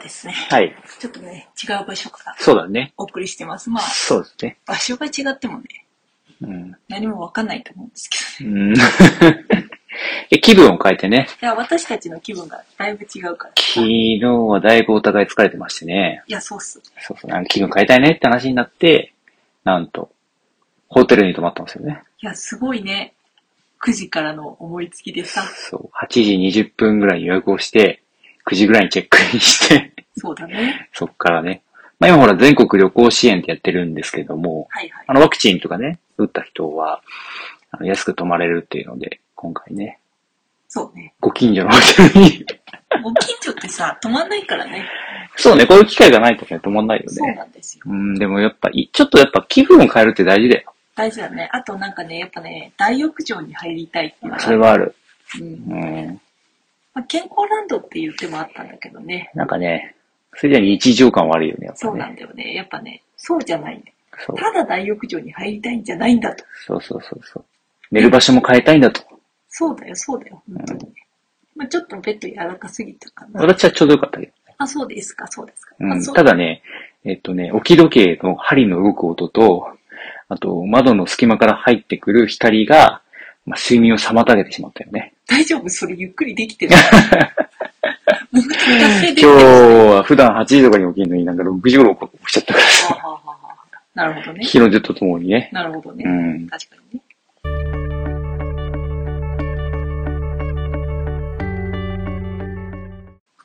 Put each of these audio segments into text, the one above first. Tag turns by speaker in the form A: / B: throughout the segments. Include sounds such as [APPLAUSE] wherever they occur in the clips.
A: ですね。
B: はい。
A: ちょっとね、違う場所から
B: そうだね。
A: お送りしてます。まあ、
B: そうですね。
A: 場所が違ってもね、
B: うん。
A: 何もわかんないと思うんですけどね。
B: うん、 [LAUGHS] え気分を変えてね。
A: いや、私たちの気分がだいぶ違うから。
B: 昨日はだいぶお互い疲れてましてね。
A: いや、そうっす。
B: そうそう。なんか気分変えたいねって話になって、なんと、ホテルに泊まったんですよね。
A: いや、すごいね。9時からの思いつきでさ、
B: そう。8時20分ぐらいに予約をして、9時ぐらいにチェックインして、 [LAUGHS]
A: そうだね。
B: そっからね。まあ今ほら全国旅行支援ってやってるんですけども、
A: はいはい
B: あ。のワクチンとかね、打った人は、あの安く泊まれるっていうので、今回ね、
A: そうね。
B: ご近所のホテルに。
A: もう近所ってさ、止まんないからね。
B: そうね、こういう機会がないとね、泊まんないよ
A: そう
B: ね。
A: なんですよ。
B: うん、でもやっぱ、いちょっとやっぱ気分を変えるって大事だよ。
A: 大事だね。あとなんかね、やっぱね、大浴場に入りたいっていうのが
B: それはある。
A: うん。
B: うん。
A: まあ、健康ランドっていう手もあったんだけどね。
B: なんかね、それじゃ日常感悪いよね、やっぱ
A: そうなん
B: ね。
A: だよね。やっぱね、そうじゃないんだよ。
B: そう
A: ただ大浴場に入りたいんじゃないんだと。
B: そうそうそうそう。寝る場所も変えたいんだと。
A: そうだよ、そうだよ。本当にね。まあ、ちょっとベッド柔らかすぎたかな。
B: 私はちょうどよかったけど。
A: あ、そうですか、そうですか。
B: う
A: まあ
B: ん、
A: そう
B: ただね、えっとね、置き時計の針の動く音と、あと、窓の隙間から入ってくる光が、まあ、睡眠を妨げてしまったよね。
A: 大丈夫それゆっくりできて
B: [LAUGHS]
A: る。目的達成でき
B: 今日
A: てる。
B: は普段8時とかに起きるのになんか6時頃起きちゃったから、
A: はあはあはあはあなる
B: [LAUGHS]
A: ほどね。
B: 日の出とともにね。
A: なるほどね。
B: うん。
A: 確かにね。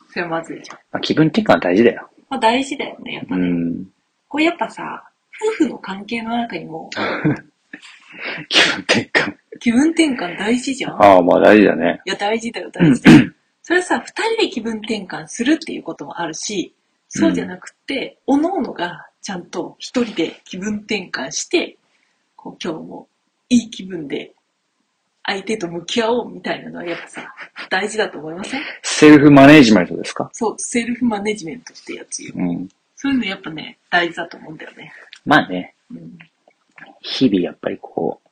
A: それはまずいじゃん。
B: まあ、気分転換は大事だよ。
A: まあ大事だよね、やっ
B: う
A: ぱね。
B: ん。
A: これやっぱさ、夫婦の関係の中にも
B: 気分転換。
A: 気分転換大事じゃん
B: [LAUGHS] ああ、まあ大事だね。
A: いや、大事だよ、大事だよ。それはさ、二人で気分転換するっていうこともあるし、そうじゃなくて、各々がちゃんと一人で気分転換して、こう今日もいい気分で相手と向き合おうみたいなのはやっぱさ、大事だと思いません
B: セルフマネージメントですか
A: そう、セルフマネジメントってやつよ。
B: うん。
A: そういうのやっぱね、大事だと思うんだよね。
B: まあね、
A: うん、
B: 日々やっぱりこう、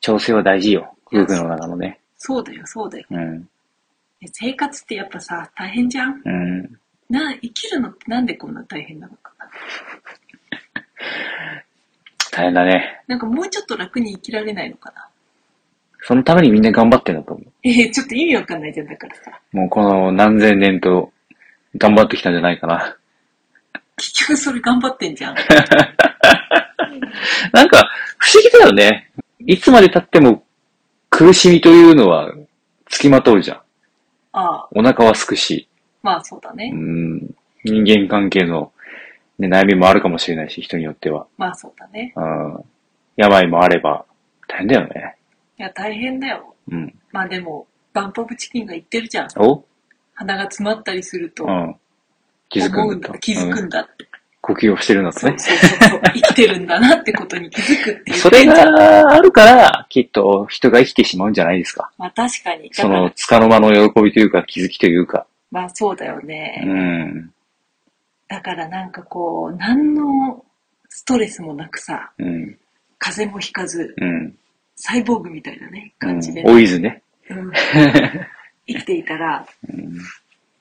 B: 調整は大事よ。夫婦の中のね。
A: そうだよ、そうだよ。
B: うん。
A: 生活ってやっぱさ、大変じゃん
B: うん。
A: な、生きるのってなんでこんな大変なのかな
B: 大変だね。
A: なんかもうちょっと楽に生きられないのかな
B: そのためにみんな頑張ってんだと思
A: えー、ちょっと意味わかんないじゃん、だからさ。
B: う。もうこの何千年と頑張ってきたんじゃないかな。 [LAUGHS]
A: 結局それ頑張ってんじゃん。
B: なんか不思議だよね。いつまで経っても苦しみというのは付きまとうじゃん。
A: [LAUGHS] ああ、
B: お腹はすくし、
A: まあそうだ
B: う
A: ね。
B: ん、人間関係の、ね、悩みもあるかもしれないし、人によっては。
A: まあそうだね。
B: うん、病もあれば大変だよね。
A: いや、大変だよ。
B: うん。
A: まあでも、バンポブチキンが言ってるじゃん。
B: お
A: 鼻が詰まったりすると、
B: うん。気づ
A: 思
B: く
A: うんん
B: だ
A: だ
B: と。。
A: 気づく
B: うん
A: んだって。
B: 呼吸をしてるんだと
A: そ
B: ね
A: う。そうそう [LAUGHS] そう。生きてるんだなってことに気づくっていう。
B: それ。があるから、きっと人が生きてしまうんじゃないですか。
A: まあ確かに。だ
B: そ
A: か
B: の、
A: ら、
B: つかの間の喜びというか、気づきというか。
A: まあそうだよ
B: う
A: ね。
B: ん。
A: だからなんかこう、何のストレスもなくさ、
B: うん。
A: 風邪もひかず、
B: うん。
A: サイボーグみたいなね、感じで、
B: うん。大泉ね。
A: うん生きていたら、
B: うん。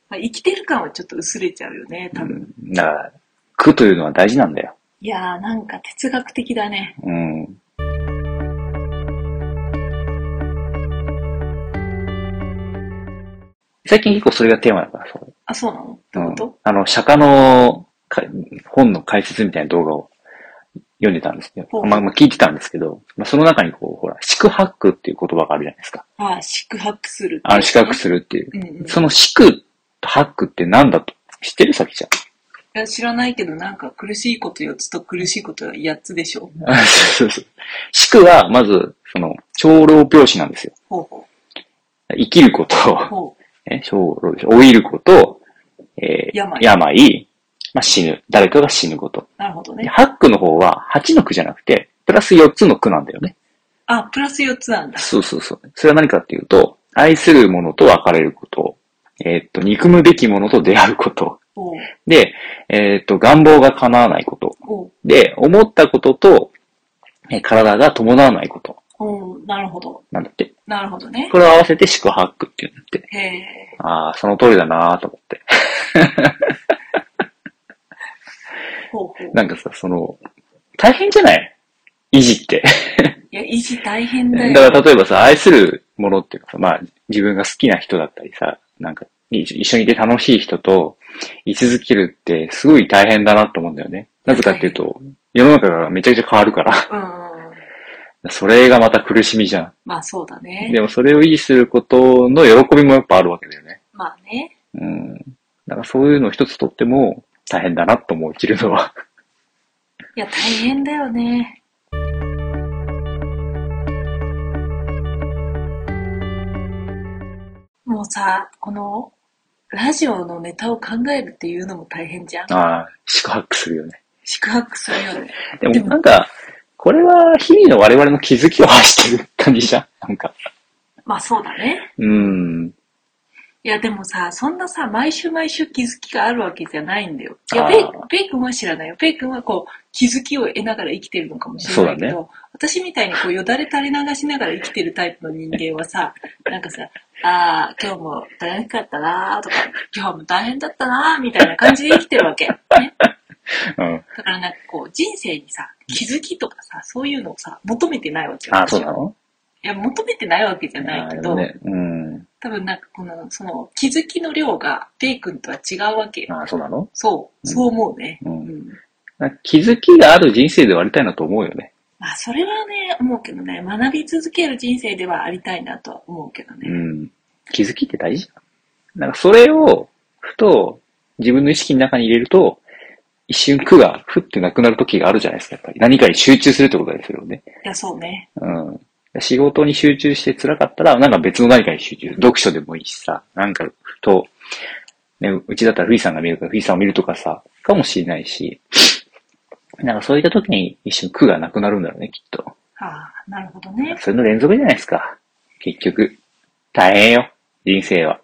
A: まあ、生きてる感はちょっと薄れちゃうよね、多分。
B: うんだから、苦というのは大事なんだよ。
A: いやー、なんか哲学的だね。
B: うん。最近結構それがテーマだから、そう。
A: あ、そうなのってこと、
B: うんあの、釈迦のか本の解説みたいな動画を読んでたんですけ
A: ほ
B: ど、
A: う
B: まあ、まあ聞いてたんですけど、まあ、その中にこう、ほら、宿泊っていう言葉があるじゃないですか。
A: ああ、宿泊するって
B: あの、宿泊するってい
A: る。
B: う。
A: うん、うん。い
B: その四苦と八苦って何だと知ってるさきちゃん。
A: や知らないけど、なんか苦しいこと4つと苦しいことは8つでしょ
B: [LAUGHS] そうそう。四苦は、まず、その、長老病死なんですよ。
A: ほうほ
B: 生きるこ
A: う。
B: と、
A: ほ
B: ね、長老病死老いること、えー
A: 病
B: まあ、死ぬ。誰かが死ぬこと。
A: う。なるほど
B: で
A: ね。
B: 八苦の方は、八の苦じゃなくて、プラス四つの苦なんだよね。
A: あ、プラス4つなんだ。
B: そうそうそう。それは何かっていうと、愛する者と別れること、えーっと、憎むべき者と出会うこと、
A: ほう。
B: で、えーっと、願望が叶わないこと、
A: ほう。
B: で、思ったことと、えー体が伴わないこと。
A: うん、なるほど。
B: なんだっけ。
A: なるほどね。
B: これを合わせて宿泊っていうんだって。
A: へえ。
B: ああ、その通りだなーと思って。
A: ほうほう。
B: なんかさ、その、大変じゃない維持って。
A: いや、維持大変だよ。
B: だから例えばさ、愛するものっていうかさ、まあ、自分が好きな人だったりさ、なんか、い一緒にいて楽しい人と居続けるってすごい大変だなと思うんだよね。なぜかっていうと、世の中がめちゃくちゃ変わるから、 [LAUGHS]
A: うん。
B: それがまた苦しみじゃ
A: まあそうだ
B: ん。
A: ね。
B: でもそれを維持することの喜びもやっぱあるわけだよね。
A: まあね。
B: うん。だからそういうの一つとっても大変だなと思う、生きるのは。
A: いや、大変だよね。もうさ、この、ラジオのネタを考えるっていうのも大変じゃん。
B: ああ、宿泊するよね。
A: 宿泊するよね。
B: でもなんか、これは日々の我々の気づきを発してる感じじゃんなんか。
A: まあそうだね。
B: うん。
A: いや、でもさ、そんなさ、毎週毎週気づきがあるわけじゃないんだよ。い
B: あ
A: や、
B: ー
A: ペイペイ君は知らないよ。ペイ君はこう、気づきを得ながら生きてるのかもしれないけ
B: そ
A: ど、私みたいにこう、よだれ垂れ流しながら生きてるタイプの人間はさ、なんかさ、ああ、今日も大変だったなーとか、今日も大変だったなーみたいな感じで生きてるわけ。ね、
B: うん。
A: だからなんかこう、人生にさ、気づきとかさ、そういうのをさ、求めてないわけよ。
B: あ、そうなの
A: いや、求めてないわけじゃないけ
B: あ
A: ど、
B: でもね。
A: 多分なんかこの、その気づきの量がペイ君とは違うわけ
B: うん。
A: よ。
B: あ、そうなの
A: そう、そう思うね。
B: う。
A: うんん。
B: なんか気づきがある人生ではありたいなと思うよね。
A: まあそれはね、思うけどね、学び続ける人生ではありたいなとは思うけど
B: う
A: ね。
B: ん。気づきって大事じゃん。なんかそれを、ふと自分の意識の中に入れると、一瞬苦がふってなくなる時があるじゃないですか、やっぱり。何かに集中するってことですよね。
A: いや、そうね。
B: うん。仕事に集中して辛かったら、なんか別の何かに集中。読書でもいいしさ、なんか、ふと、ね、うちだったらフィさんが見るから、フィさんを見るとかさ、かもしれないし、なんかそういった時に一瞬苦がなくなるんだろうね、きっと。
A: ああ、なるほどね。
B: それの連続じゃないですか。結局。大変よ、人生は。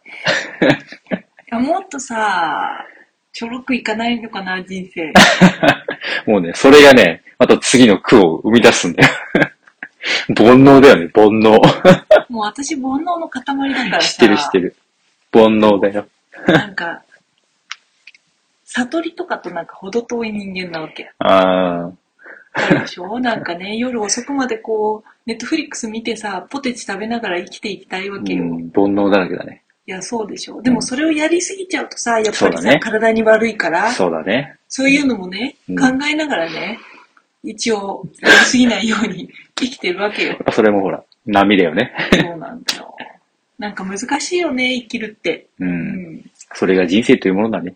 A: いや、もっとさ、ちょろくいかないのかな、人
B: [LAUGHS]
A: 生。
B: もうね、それがね、また次の苦を生み出すんだよ。 [LAUGHS] 煩悩だよね、煩悩。
A: もう私、煩悩の塊だからさ。
B: 知ってる知ってる。煩悩だよ。
A: なんか、悟りとかとなんか程遠い人間なわけ。
B: あー
A: あるでしょなんかね、夜遅くまでこう、ネットフリックス見てさ、ポテチ食べながら生きていきたいわ
B: うん、
A: けよ。い
B: 煩悩だらけだね。
A: や、そうでしょでもそれをやりすぎちゃうとさ、やっぱ
B: そう
A: り
B: だ
A: さ、
B: ね
A: 体に悪いから、そう
B: そうだね。
A: いうのもね、
B: うん
A: 考えながらね、一応、やりすぎないように生きてるわけ
B: [LAUGHS]
A: よ
B: や。っぱそれもほら、波だよね。
A: そうなんだよ。なんか難しいよね、生きるって。
B: う。
A: うんん。い
B: それが人生というものだね。